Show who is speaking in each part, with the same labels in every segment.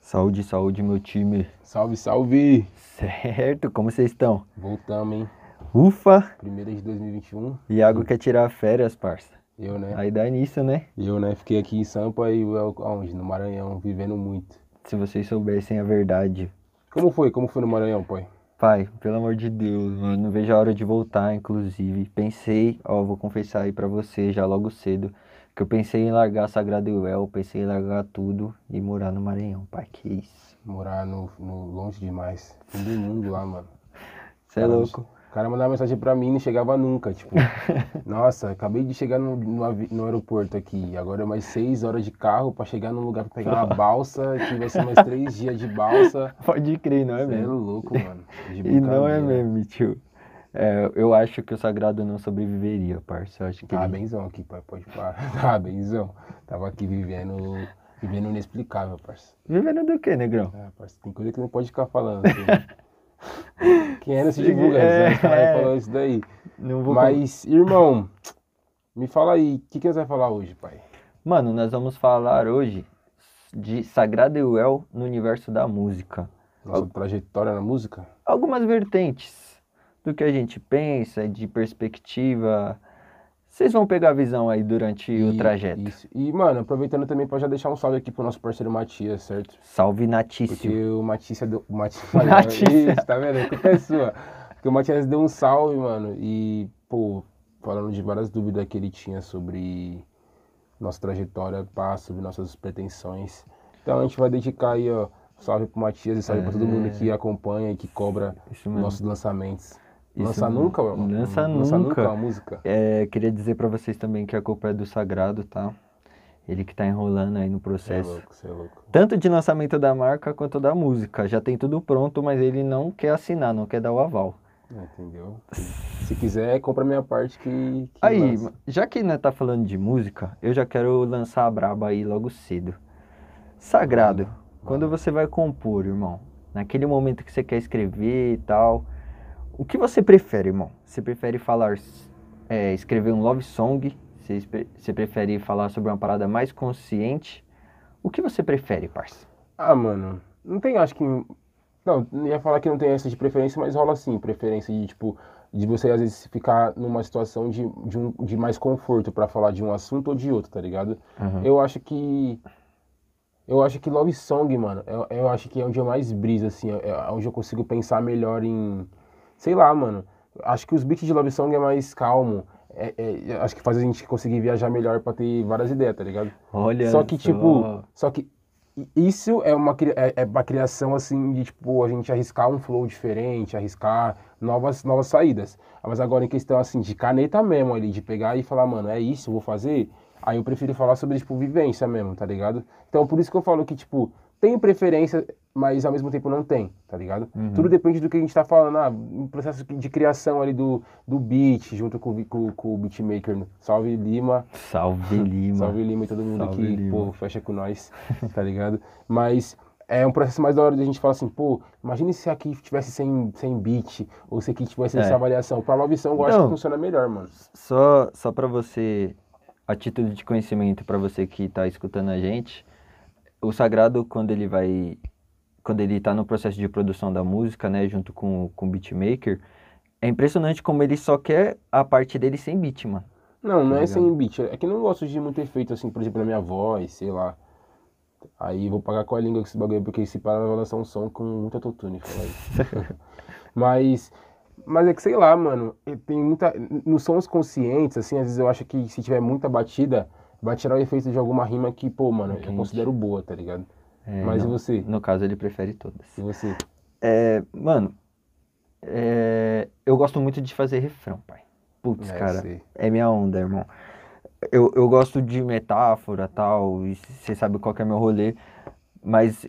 Speaker 1: Saúde, saúde, meu time.
Speaker 2: Salve, salve!
Speaker 1: Certo, como vocês estão?
Speaker 2: Voltamos, hein?
Speaker 1: Ufa!
Speaker 2: Primeira de 2021.
Speaker 1: Iago quer tirar férias, parça.
Speaker 2: Eu, né?
Speaker 1: Aí dá nisso, né?
Speaker 2: Eu, né? Fiquei aqui em Sampa e eu, aonde? No Maranhão, vivendo muito.
Speaker 1: Se vocês soubessem a verdade.
Speaker 2: Como foi? Como foi no Maranhão, pai?
Speaker 1: Pai, pelo amor de Deus, mano, não vejo a hora de voltar, inclusive. Pensei, ó, vou confessar aí pra você já logo cedo, que eu pensei em largar Sagrado Iguel, pensei em largar tudo e morar no Maranhão, pai, que isso.
Speaker 2: Morar no, no- longe demais. Fim do mundo lá, mano.
Speaker 1: Você é louco.
Speaker 2: O cara mandava mensagem pra mim e não chegava nunca, tipo. Nossa, acabei de chegar no, no, avi- no aeroporto aqui. Agora é mais seis horas de carro pra chegar num lugar pra pegar uma balsa, que vai ser mais três dias de balsa.
Speaker 1: Pode crer, não é
Speaker 2: Você é
Speaker 1: mesmo?
Speaker 2: louco, mano. De
Speaker 1: E não é
Speaker 2: brincadeira.
Speaker 1: meme, tio. É, eu acho que o Sagrado não sobreviveria, parça. Eu acho que
Speaker 2: Tava
Speaker 1: ele-
Speaker 2: benzão aqui, pai. Pode parar. Tava benzão. Tava aqui vivendo. Vivendo o inexplicável, parça.
Speaker 1: Vivendo do que, negrão?
Speaker 2: Ah, parça, tem coisa que não pode ficar falando. Assim. né? Quem era se divulga,
Speaker 1: É,
Speaker 2: né? Caralho,
Speaker 1: é.
Speaker 2: falou isso daí.
Speaker 1: Não vou.
Speaker 2: Mas, irmão, me fala aí, o que, que você vai falar hoje, pai?
Speaker 1: Mano, nós vamos falar hoje de Sagrado Iguel no universo da música.
Speaker 2: Nossa trajetória na música?
Speaker 1: Algumas vertentes do que a gente pensa, de perspectiva. Vocês vão pegar a visão aí durante o trajeto.
Speaker 2: Isso. E, mano, aproveitando também pra já deixar um salve aqui pro nosso parceiro Matias, certo?
Speaker 1: Salve Natício.
Speaker 2: Porque o Matias deu. O Matias.
Speaker 1: Matias.
Speaker 2: Isso, tá vendo? Que pessoa. Porque o Matias deu um salve, mano. E, pô, falando de várias dúvidas que ele tinha sobre nossa trajetória, pá, sobre nossas pretensões. Então a gente vai dedicar aí, ó. Salve pro Matias e salve pra todo mundo
Speaker 1: É.
Speaker 2: que acompanha e que cobra
Speaker 1: Isso mesmo.
Speaker 2: nossos lançamentos.
Speaker 1: Isso
Speaker 2: Lança
Speaker 1: mesmo.
Speaker 2: nunca, mano.
Speaker 1: Lança
Speaker 2: Lança
Speaker 1: nunca.
Speaker 2: nunca a música.
Speaker 1: É, queria dizer pra vocês também que a culpa é do Sagrado, tá? Ele que tá enrolando aí no
Speaker 2: Você é
Speaker 1: processo.
Speaker 2: louco, você é louco.
Speaker 1: Tanto de lançamento da marca quanto da música. Já tem tudo pronto, mas ele não quer assinar, não quer dar o aval.
Speaker 2: Entendeu? Se quiser, compra minha parte que. que
Speaker 1: Aí,
Speaker 2: lança.
Speaker 1: já que nós tá falando de música, eu já quero lançar a braba aí logo cedo. Sagrado, quando você vai compor, irmão, naquele momento que você quer escrever e tal, o que você prefere, irmão? Você prefere falar, é, escrever um love song? Você, espe- você prefere falar sobre uma parada mais consciente? O que você prefere, parça?
Speaker 2: Ah, mano, não tem, acho que. Não, não ia falar que não tem essa de preferência, mas rola sim, preferência de, tipo, de você às vezes ficar numa situação de, de, um, de mais conforto pra falar de um assunto ou de outro, tá ligado?
Speaker 1: Uhum.
Speaker 2: Eu acho que. Eu acho que Love Song, mano, eu, eu acho que é onde eu mais briso, assim, é, é onde eu consigo pensar melhor em. Sei lá, mano. Acho que os beats de Love Song é mais calmo. É, é- eu acho que faz a gente conseguir viajar melhor pra ter várias ideias, tá ligado?
Speaker 1: Olha
Speaker 2: Só que,
Speaker 1: só.
Speaker 2: tipo, só que i- isso é uma, cri- é, é uma criação, assim, de, tipo, a gente arriscar um flow diferente, arriscar novas, novas saídas. Mas agora, em questão, assim, de caneta mesmo ali, de pegar e falar, mano, é isso, eu vou fazer, aí eu prefiro falar sobre, tipo, vivência mesmo, tá ligado? Então, por isso que eu falo que, tipo, tem preferência, mas ao mesmo tempo não tem, tá ligado? Tudo depende do que a gente tá falando, ah, um processo de criação ali do, do beat, junto com, o vi- com, com o beatmaker, né? salve Lima,
Speaker 1: Salve Lima.
Speaker 2: Salve Lima e todo mundo
Speaker 1: Salve,
Speaker 2: que,
Speaker 1: Lima.
Speaker 2: pô, fecha com nós, tá ligado? Mas é um processo mais da hora de a gente falar assim, pô, imagina se aqui tivesse sem, sem beat, ou se aqui tivesse
Speaker 1: É.
Speaker 2: essa avaliação. Pra Love Song, eu acho
Speaker 1: Não.
Speaker 2: que funciona melhor, mano.
Speaker 1: Só, só para você, a título de conhecimento para você que está escutando a gente, o Sagrado quando ele vai, quando ele está no processo de produção da música, né, junto com, com o beatmaker, é impressionante como ele só quer a parte dele sem beat, mano.
Speaker 2: Não, não
Speaker 1: Tá
Speaker 2: é
Speaker 1: ligado?
Speaker 2: sem beat. É que eu não gosto de muito efeito, assim, por exemplo, na minha voz, sei lá. Aí vou pagar com a língua com esse bagulho, porque se parar vai lançar um som com muito autotune, fala aí. mas, mas é que sei lá, mano, e tem muita. Nos sons conscientes, assim, às vezes eu acho que se tiver muita batida, vai tirar o efeito de alguma rima que, pô, mano, eu
Speaker 1: Entendi.
Speaker 2: considero boa, tá ligado?
Speaker 1: É,
Speaker 2: mas
Speaker 1: não.
Speaker 2: e você?
Speaker 1: No caso ele prefere todas.
Speaker 2: E você?
Speaker 1: É, mano, é, eu gosto muito de fazer refrão, pai. Putz,
Speaker 2: É,
Speaker 1: cara,
Speaker 2: sei.
Speaker 1: é minha onda, irmão. Eu, eu gosto de metáfora tal, e você sabe qual que é meu rolê, mas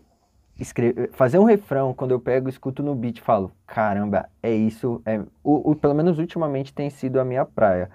Speaker 1: escre- fazer um refrão, quando eu pego, escuto no beat, falo, caramba, é isso, é o, o- pelo menos ultimamente tem sido a minha praia.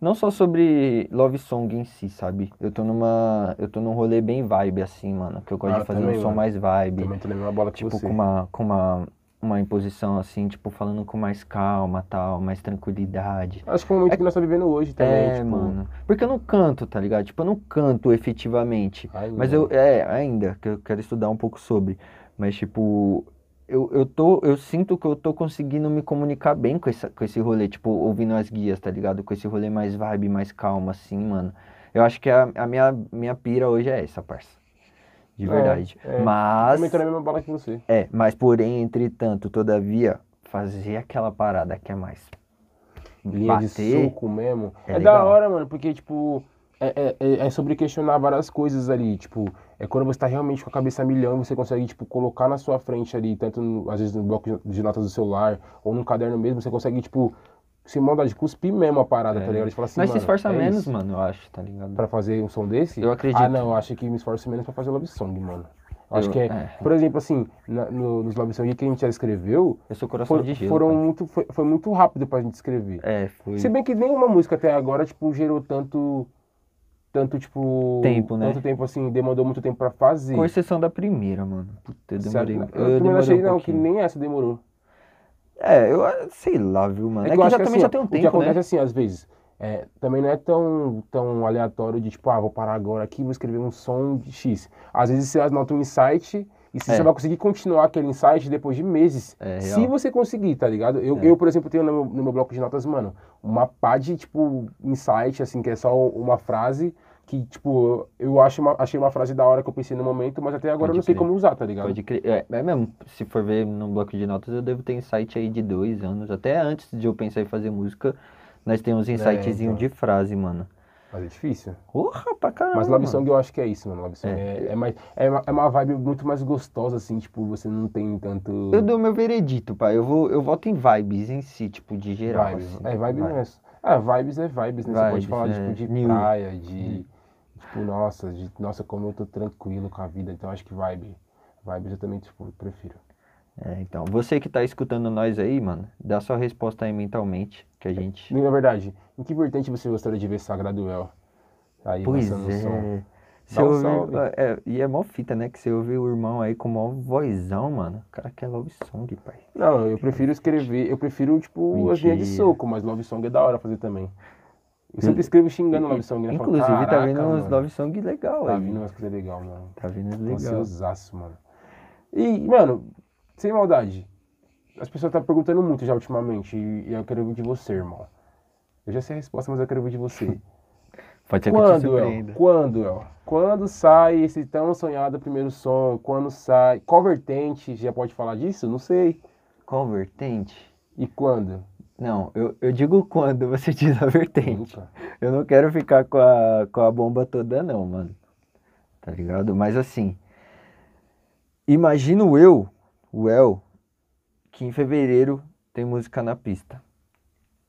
Speaker 1: Não só sobre love song em si, sabe? Eu tô numa, eu tô num rolê bem vibe assim, mano, que eu gosto
Speaker 2: Ah,
Speaker 1: de fazer
Speaker 2: também,
Speaker 1: um som
Speaker 2: mano.
Speaker 1: mais vibe,
Speaker 2: Também tô na mesma bola que
Speaker 1: tipo
Speaker 2: você.
Speaker 1: com uma com uma uma imposição assim, tipo, falando com mais calma, tal, mais tranquilidade.
Speaker 2: Acho que é o momento que nós estamos vivendo hoje também.
Speaker 1: é,
Speaker 2: tipo,
Speaker 1: mano. Porque eu não canto, tá ligado? Tipo, eu não canto efetivamente.
Speaker 2: ai,
Speaker 1: Mas
Speaker 2: mano.
Speaker 1: eu, é, ainda, que eu quero estudar um pouco sobre. Mas, tipo, eu, eu tô, eu sinto que eu tô conseguindo me comunicar bem com, essa, com esse rolê, tipo, ouvindo as guias, tá ligado? Com esse rolê mais vibe, mais calmo, assim, mano. Eu acho que a, a minha, minha pira hoje é essa, parça. De
Speaker 2: É,
Speaker 1: verdade.
Speaker 2: é.
Speaker 1: Mas,
Speaker 2: Também tô na mesma bala que você.
Speaker 1: é, mas porém, entretanto, todavia, fazer aquela parada que é mais.
Speaker 2: Linha de
Speaker 1: Uhum. bater,
Speaker 2: soco mesmo.
Speaker 1: é
Speaker 2: É, da
Speaker 1: legal.
Speaker 2: hora, mano, porque, tipo, é, é- é, é sobre questionar várias coisas ali. Tipo, é quando você tá realmente com a cabeça a milhão, você consegue, tipo, colocar na sua frente ali, tanto no- às vezes no bloco de notas do celular ou num caderno mesmo, você consegue, tipo, sem maldade, cuspir mesmo a parada, tá ligado? Você fala assim,
Speaker 1: Mas se
Speaker 2: mano,
Speaker 1: esforça
Speaker 2: é
Speaker 1: menos,
Speaker 2: isso.
Speaker 1: mano, eu acho, tá ligado?
Speaker 2: Pra fazer um som desse?
Speaker 1: Eu acredito.
Speaker 2: Ah, não, eu acho que me esforço menos pra fazer love song, mano. Eu acho
Speaker 1: Eu-
Speaker 2: que é,
Speaker 1: é.
Speaker 2: Por exemplo, assim, na- no- nos love song que a gente já escreveu,
Speaker 1: Eu sou coração
Speaker 2: for-
Speaker 1: de gelo.
Speaker 2: foram
Speaker 1: cara.
Speaker 2: muito, foi, foi muito rápido pra gente escrever.
Speaker 1: É, foi.
Speaker 2: Se bem que nenhuma música até agora, tipo, gerou tanto. Tanto, tipo.
Speaker 1: Tempo, né?
Speaker 2: Tanto tempo assim, demandou muito tempo pra fazer.
Speaker 1: Com exceção da primeira, mano. Puta, eu
Speaker 2: Sério,
Speaker 1: demorei.
Speaker 2: né?
Speaker 1: eu
Speaker 2: Eu, também
Speaker 1: demorei
Speaker 2: achei,
Speaker 1: um
Speaker 2: não, que
Speaker 1: pouquinho.
Speaker 2: nem essa demorou.
Speaker 1: É, eu ah, sei lá, viu, mano. É, que,
Speaker 2: eu
Speaker 1: já,
Speaker 2: acho
Speaker 1: também
Speaker 2: assim,
Speaker 1: já
Speaker 2: ó,
Speaker 1: tem um
Speaker 2: o
Speaker 1: tempo,
Speaker 2: que acontece
Speaker 1: né?
Speaker 2: assim, às vezes. é, também não é tão, tão aleatório de tipo, ah, vou parar agora aqui, vou escrever um som de X. Às vezes você anota um insight e se
Speaker 1: É.
Speaker 2: você vai conseguir continuar aquele insight depois de meses.
Speaker 1: É, real. É.
Speaker 2: se você conseguir, tá ligado? Eu, eu, por exemplo, tenho no meu, no meu bloco de notas, mano, uma pá de, tipo, insight, assim, que é só uma frase que, tipo, eu acho uma- achei uma frase da hora que eu pensei no momento, mas até agora
Speaker 1: Pode
Speaker 2: eu não sei
Speaker 1: crer.
Speaker 2: como usar, tá ligado?
Speaker 1: Pode crer. É, é mesmo, se for ver num bloco de notas, eu devo ter insight aí de dois anos. Até antes de eu pensar em fazer música, nós temos um insightzinho de
Speaker 2: então.
Speaker 1: frase, mano.
Speaker 2: Mas é difícil.
Speaker 1: Porra, pra caramba.
Speaker 2: Mas Love
Speaker 1: mano.
Speaker 2: Song eu acho que é isso, mano. Love Song é, é, mais, é, uma, é uma vibe muito mais gostosa, assim, tipo, você não tem tanto.
Speaker 1: Eu dou meu veredito, pai. Eu, vou, eu voto em vibes em si, tipo, de geral.
Speaker 2: vibes.
Speaker 1: assim.
Speaker 2: É, vibe
Speaker 1: Vai.
Speaker 2: não é. Ah, vibes é vibes, né? você
Speaker 1: Vibes,
Speaker 2: pode falar,
Speaker 1: é.
Speaker 2: tipo, de
Speaker 1: New.
Speaker 2: praia, de. Tipo, nossa, de, nossa, como eu tô tranquilo com a vida. Então acho que vibe. Vibes eu também, tipo, prefiro.
Speaker 1: É, então, você que tá escutando nós aí, mano, dá sua resposta aí mentalmente,
Speaker 2: É.
Speaker 1: que a gente.
Speaker 2: Na verdade, em que vertente você gostaria de ver Sagra Duel? Aí
Speaker 1: Pois
Speaker 2: lançando o som.
Speaker 1: é. Você
Speaker 2: Dá um
Speaker 1: ouve-
Speaker 2: salve.
Speaker 1: é, e é mó fita, né? Que você ouve o irmão aí com mó vozão, mano. O cara quer love song, pai.
Speaker 2: Não, eu prefiro escrever, eu prefiro, tipo, as linhas de
Speaker 1: Mentira. Hum.
Speaker 2: soco, mas Love Song é da hora fazer também. Eu sempre escrevo xingando Love Song, né? Falo,
Speaker 1: Inclusive, tá vindo
Speaker 2: "Caraca,
Speaker 1: uns
Speaker 2: mano."
Speaker 1: love song legal
Speaker 2: Tá
Speaker 1: aí.
Speaker 2: vindo umas coisas legais, mano.
Speaker 1: Tá vindo uns legal.
Speaker 2: Ansiosaço, mano. E, mano, sem maldade. As pessoas estão perguntando muito já ultimamente. E e eu quero ouvir de você, irmão. Eu já sei a resposta, mas eu quero ouvir de você.
Speaker 1: Pode ser que eu te
Speaker 2: Quando, El?
Speaker 1: surpreenda.
Speaker 2: Quando, El? Quando sai esse tão sonhado primeiro som? Quando sai? Qual vertente? Já pode falar disso? Não sei.
Speaker 1: Qual vertente?
Speaker 2: E quando?
Speaker 1: Não, eu, eu digo quando você diz a vertente.
Speaker 2: Nunca.
Speaker 1: Eu não quero ficar com a, com a bomba toda, não, mano. Tá ligado? Mas assim. Imagino eu, o El, que em fevereiro tem música na pista.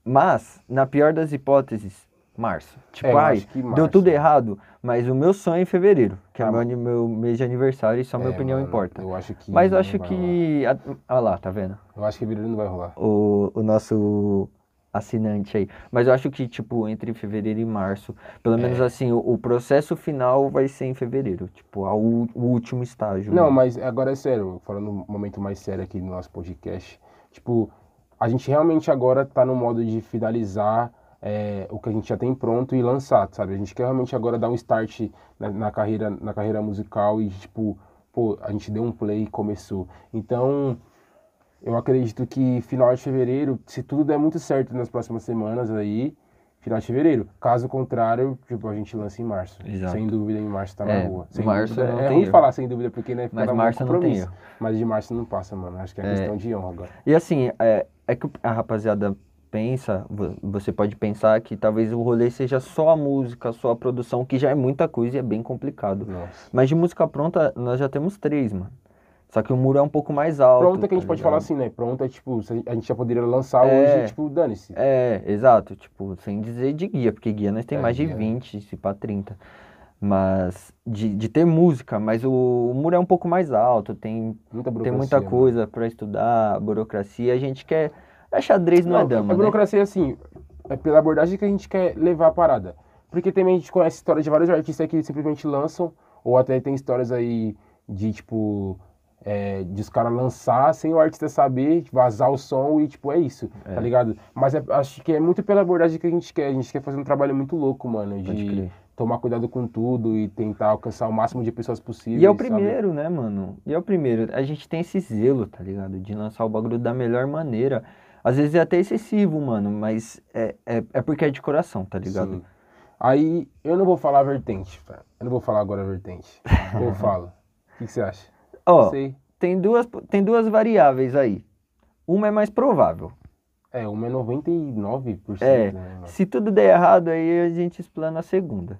Speaker 1: Mas, na pior das hipóteses, março. Tipo,
Speaker 2: É, eu
Speaker 1: ai,
Speaker 2: acho que
Speaker 1: deu
Speaker 2: março.
Speaker 1: tudo errado, mas o meu sonho é em fevereiro, que é
Speaker 2: Ah,
Speaker 1: meu, ani- meu mês de aniversário e só minha
Speaker 2: É,
Speaker 1: opinião
Speaker 2: mano,
Speaker 1: importa.
Speaker 2: Eu acho que.
Speaker 1: Mas eu
Speaker 2: não
Speaker 1: acho
Speaker 2: vai
Speaker 1: que. Olha lá, tá vendo?
Speaker 2: rolar. Eu acho que Virulho não vai rolar.
Speaker 1: o, o nosso assinante aí. Mas eu acho que, tipo, entre fevereiro e março, pelo
Speaker 2: É.
Speaker 1: menos assim, o, o processo final vai ser em fevereiro, tipo, a u- o último estágio.
Speaker 2: Não,
Speaker 1: né?
Speaker 2: mas agora é sério, falando um momento mais sério aqui no nosso podcast. Tipo, a gente realmente agora tá no modo de finalizar é, o que a gente já tem pronto e lançar, sabe? A gente quer realmente agora dar um start na, na carreira, na carreira musical e, tipo, pô, a gente deu um play e começou. Então, eu acredito que final de fevereiro, se tudo der muito certo nas próximas semanas aí, final de fevereiro. Caso contrário, tipo, a gente lança em março.
Speaker 1: Exato.
Speaker 2: Sem dúvida, em março tá
Speaker 1: É,
Speaker 2: na rua. Sem
Speaker 1: março
Speaker 2: dúvida,
Speaker 1: não
Speaker 2: é
Speaker 1: tem
Speaker 2: ruim
Speaker 1: erro.
Speaker 2: falar sem dúvida, porque, né,
Speaker 1: Mas
Speaker 2: Cada um
Speaker 1: março não tem
Speaker 2: compromisso.
Speaker 1: erro.
Speaker 2: Mas de março não passa, mano. Acho que é, questão de honra agora.
Speaker 1: E assim, é, é que a rapaziada pensa, vo- você pode pensar que talvez o rolê seja só a música, só a produção, que já é muita coisa e é bem complicado.
Speaker 2: Nossa.
Speaker 1: Mas de música pronta, nós já temos três, mano. Só que o muro é um pouco mais alto.
Speaker 2: Pronto é que a gente
Speaker 1: tá
Speaker 2: pode
Speaker 1: ligado?
Speaker 2: falar assim, né? Pronto é tipo, se a gente já poderia lançar
Speaker 1: É.
Speaker 2: hoje, tipo, dane-se.
Speaker 1: É, exato. Tipo, sem dizer de guia, porque guia nós tem
Speaker 2: É,
Speaker 1: mais de
Speaker 2: guia, né?
Speaker 1: 20, se pá 30. Mas de, de ter música, mas o, o muro é um pouco mais alto, tem,
Speaker 2: Muita burocracia. né?
Speaker 1: tem muita
Speaker 2: mano.
Speaker 1: coisa pra estudar, burocracia. A gente quer. A xadrez não, é dama, né?
Speaker 2: a burocracia, assim, é pela abordagem que a gente quer levar a parada. Porque também a gente conhece história de vários artistas que simplesmente lançam, ou até tem histórias aí de, tipo, É, de os caras lançar sem o artista saber, tipo, vazar o som e, tipo, é isso, tá ligado? Mas é- acho que é muito pela abordagem que a gente quer. A gente quer fazer um trabalho muito louco, mano,
Speaker 1: Pode
Speaker 2: de
Speaker 1: crer.
Speaker 2: tomar cuidado com tudo e tentar alcançar o máximo de pessoas possível.
Speaker 1: E é o primeiro, né, mano? E é o primeiro. A gente tem esse zelo, tá ligado? De lançar o bagulho da melhor maneira. Às vezes é até excessivo, mano, mas é, é, é porque é de coração, tá ligado?
Speaker 2: Sim. Aí eu não vou falar a vertente, tá? eu não vou falar agora a vertente. Eu falo. O que, que você acha?
Speaker 1: Ó,
Speaker 2: Sei.
Speaker 1: tem duas, tem duas variáveis aí. Uma é mais provável.
Speaker 2: É, uma é 99%,
Speaker 1: É.
Speaker 2: né, mano?
Speaker 1: Se tudo der errado, aí a gente explana a segunda.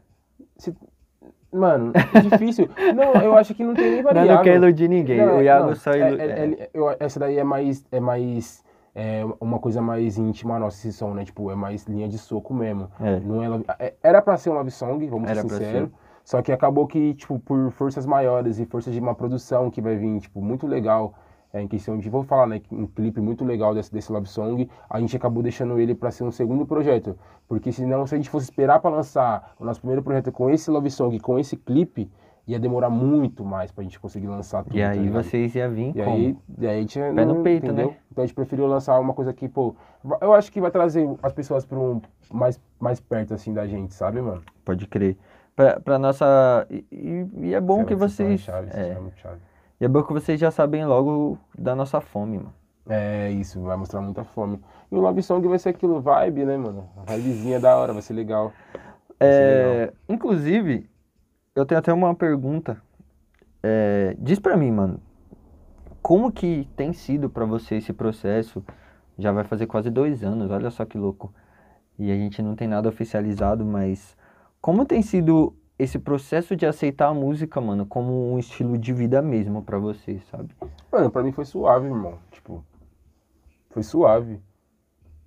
Speaker 2: Mano, é difícil. não, eu acho que não tem nem
Speaker 1: Não,
Speaker 2: variável.
Speaker 1: não quer iludir ninguém.
Speaker 2: Não,
Speaker 1: o
Speaker 2: é-
Speaker 1: Iago
Speaker 2: não,
Speaker 1: só
Speaker 2: é-
Speaker 1: ilude.
Speaker 2: é- é- eu- essa daí é mais, é mais é uma coisa mais íntima nossa esse som, né? Tipo, é mais linha de soco mesmo.
Speaker 1: É.
Speaker 2: Não é love- é- era pra ser um love song, vamos
Speaker 1: Era
Speaker 2: ser
Speaker 1: pra
Speaker 2: sinceros. Só que acabou que, tipo, por forças maiores e forças de uma produção que vai vir, tipo, muito legal. é, em questão de, vou falar, né, um clipe muito legal desse, desse love song, a gente acabou deixando ele pra ser um segundo projeto. Porque senão, se a gente fosse esperar pra lançar o nosso primeiro projeto com esse love song, com esse clipe, ia demorar muito mais pra gente conseguir lançar tudo.
Speaker 1: E
Speaker 2: tá
Speaker 1: aí
Speaker 2: ligado?
Speaker 1: vocês iam vir
Speaker 2: E
Speaker 1: como?
Speaker 2: aí, e aí tinha.
Speaker 1: Pé no peito, né?
Speaker 2: Então a gente preferiu lançar uma coisa que, pô. va- Eu acho que vai trazer as pessoas pra um. Mais, mais perto, assim, da gente, sabe, mano?
Speaker 1: Pode crer. Pra, pra nossa. E, e- e é bom
Speaker 2: Será
Speaker 1: que vocês.
Speaker 2: Isso é chave, isso
Speaker 1: é.
Speaker 2: é muito chave.
Speaker 1: E é bom que vocês já sabem logo da nossa fome, mano.
Speaker 2: É, isso, vai mostrar muita fome. E o Love Song vai ser aquilo, vibe, né, mano? A vibezinha da hora, vai ser legal. Vai ser legal.
Speaker 1: É, inclusive, eu tenho até uma pergunta. É, diz pra mim, mano, como que tem sido pra você esse processo? Já vai fazer quase dois anos, olha só que louco. E a gente não tem nada oficializado, mas como tem sido esse processo de aceitar a música, mano, como um estilo de vida mesmo pra você, sabe?
Speaker 2: Mano, pra mim foi suave, irmão. Tipo, foi suave.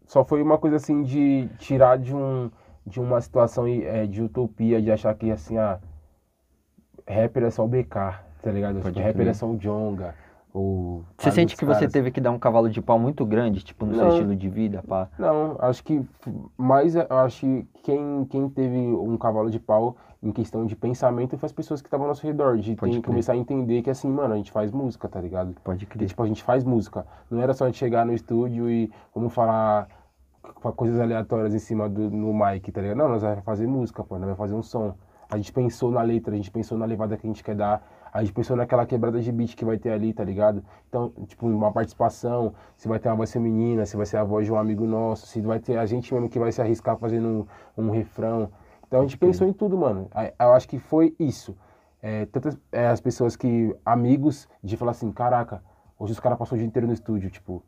Speaker 2: Só foi uma coisa assim de tirar de um de uma situação eh, de utopia, de achar que assim, ah, rapper é só o BK, tá ligado?
Speaker 1: Pode
Speaker 2: Tipo, rapper
Speaker 1: crer.
Speaker 2: é só o Jonga. Ou.
Speaker 1: Você
Speaker 2: sabe,
Speaker 1: sente
Speaker 2: os
Speaker 1: que você
Speaker 2: caras.
Speaker 1: teve que dar um cavalo de pau muito grande, tipo, no seu
Speaker 2: Não.
Speaker 1: estilo de vida, pá?
Speaker 2: Não, acho que mais eu acho que quem, quem teve um cavalo de pau em questão de pensamento foi as pessoas que estavam ao nosso redor, de
Speaker 1: Pode
Speaker 2: tem-
Speaker 1: crer.
Speaker 2: começar a entender que assim, mano, a gente faz música, tá ligado?
Speaker 1: Pode
Speaker 2: E,
Speaker 1: crer.
Speaker 2: tipo, a gente faz música. Não era só a gente chegar no estúdio e vamos falar co- coisas aleatórias em cima do no mic, tá ligado? Não, nós vamos fazer música, pô, nós vamos fazer um som. A gente pensou na letra, a gente pensou na levada que a gente quer dar, a gente pensou naquela quebrada de beat que vai ter ali, tá ligado? Então, tipo, uma participação, se vai ter uma voz feminina, se vai ser a voz de um amigo nosso, se vai ter a gente mesmo que vai se arriscar fazendo um, um refrão. Então a gente pensou em tudo, mano. Aí, Eu acho que foi isso. É, tantas é, as pessoas que, amigos, de falar assim, caraca, hoje os caras passam o dia inteiro no estúdio, tipo.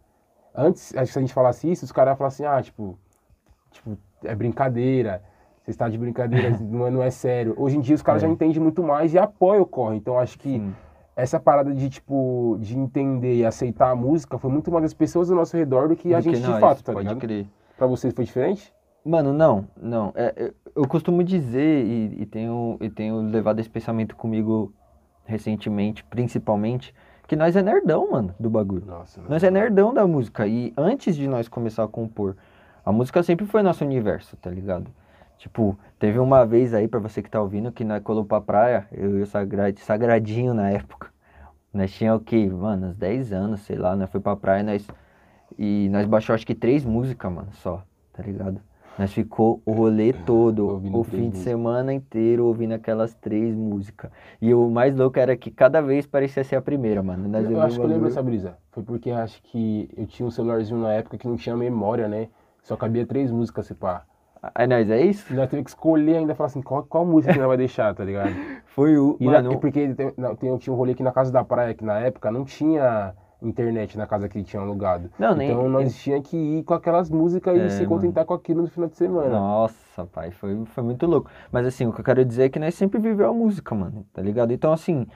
Speaker 2: Antes, acho que se a gente falasse isso, os caras iam falar assim, ah, tipo, tipo, é brincadeira, você está de brincadeira, não é, não é sério. Hoje em dia os caras
Speaker 1: É.
Speaker 2: já entendem muito mais e apoiam o corre. Então acho que
Speaker 1: Sim.
Speaker 2: essa parada de, tipo, de entender e aceitar a música foi muito mais das pessoas ao nosso redor do que a
Speaker 1: Do
Speaker 2: gente de
Speaker 1: nós,
Speaker 2: fato, tá
Speaker 1: É pode
Speaker 2: ligado?
Speaker 1: crer.
Speaker 2: Pra vocês foi diferente?
Speaker 1: Mano, não, não. É, eu, eu costumo dizer, e, e tenho, e tenho levado esse pensamento comigo recentemente, principalmente, que nós é nerdão, mano, do bagulho.
Speaker 2: Nossa,
Speaker 1: Nós é nerdão da música. E antes de nós começar a compor, a música sempre foi nosso universo, tá ligado? Tipo, teve uma vez aí, pra você que tá ouvindo, que nós colou pra praia, eu e o Sagrad- Sagradinho na época. Nós tinha o que, mano, uns 10 anos, sei lá, nós foi pra praia nós, e nós baixou acho que três músicas, mano, só, tá ligado? Nós ficou o rolê todo,
Speaker 2: Ouvindo
Speaker 1: o
Speaker 2: três
Speaker 1: fim de
Speaker 2: músicas.
Speaker 1: semana inteiro ouvindo aquelas três músicas. E o mais louco era que cada vez parecia ser a primeira, mano. Nós
Speaker 2: Eu
Speaker 1: ouvimos
Speaker 2: acho que eu lembro
Speaker 1: bagulho-
Speaker 2: dessa brisa. Foi porque acho que eu tinha um celularzinho na época que não tinha memória, né? Só cabia três músicas, se pá.
Speaker 1: Aí nós, é isso?
Speaker 2: E nós teve que escolher ainda, falar assim, qual, qual música que nós vai deixar, tá ligado?
Speaker 1: Foi o.
Speaker 2: E
Speaker 1: mano,
Speaker 2: na, e porque tem, não, tem- tinha um rolê aqui na casa da praia, que na época não tinha internet na casa que tinha alugado.
Speaker 1: Não, nem-
Speaker 2: então nós tinha que ir com aquelas músicas
Speaker 1: É,
Speaker 2: e se contentar com aquilo no final de semana.
Speaker 1: Nossa, pai, foi, foi muito louco. Mas assim, o que eu quero dizer é que nós sempre vivemos a música, mano, tá ligado? Então, assim,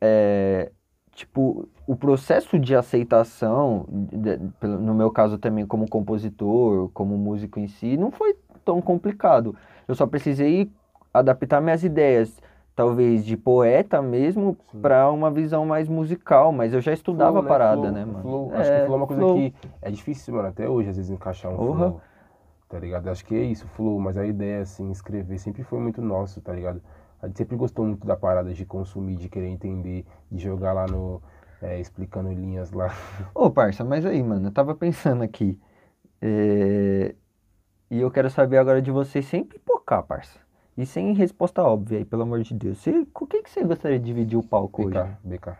Speaker 1: é, tipo, o processo de aceitação, de- de- pelo- no meu caso também como compositor, como músico em si, não foi tão complicado. Eu só precisei adaptar minhas ideias, talvez de poeta mesmo,
Speaker 2: Sim.
Speaker 1: pra uma visão mais musical, mas eu já estudava
Speaker 2: Flow,
Speaker 1: a
Speaker 2: né?
Speaker 1: parada,
Speaker 2: Flow,
Speaker 1: né, mano?
Speaker 2: flow. Acho que
Speaker 1: É,
Speaker 2: flow é uma coisa
Speaker 1: flow.
Speaker 2: que é difícil, mano, até hoje, às vezes, encaixar um
Speaker 1: Porra.
Speaker 2: flow. Tá ligado? Acho que é isso, flow, mas a ideia, assim, escrever sempre foi muito nosso, tá ligado? A gente sempre gostou muito da parada de consumir, de querer entender, de jogar lá no. é, explicando linhas lá.
Speaker 1: Ô, parça, mas aí, mano, eu tava pensando aqui. é, E eu quero saber agora de vocês sem pipocar, parça. E sem resposta óbvia aí, pelo amor de Deus. Você, com quem que você gostaria de dividir o palco hoje?
Speaker 2: BK, BK.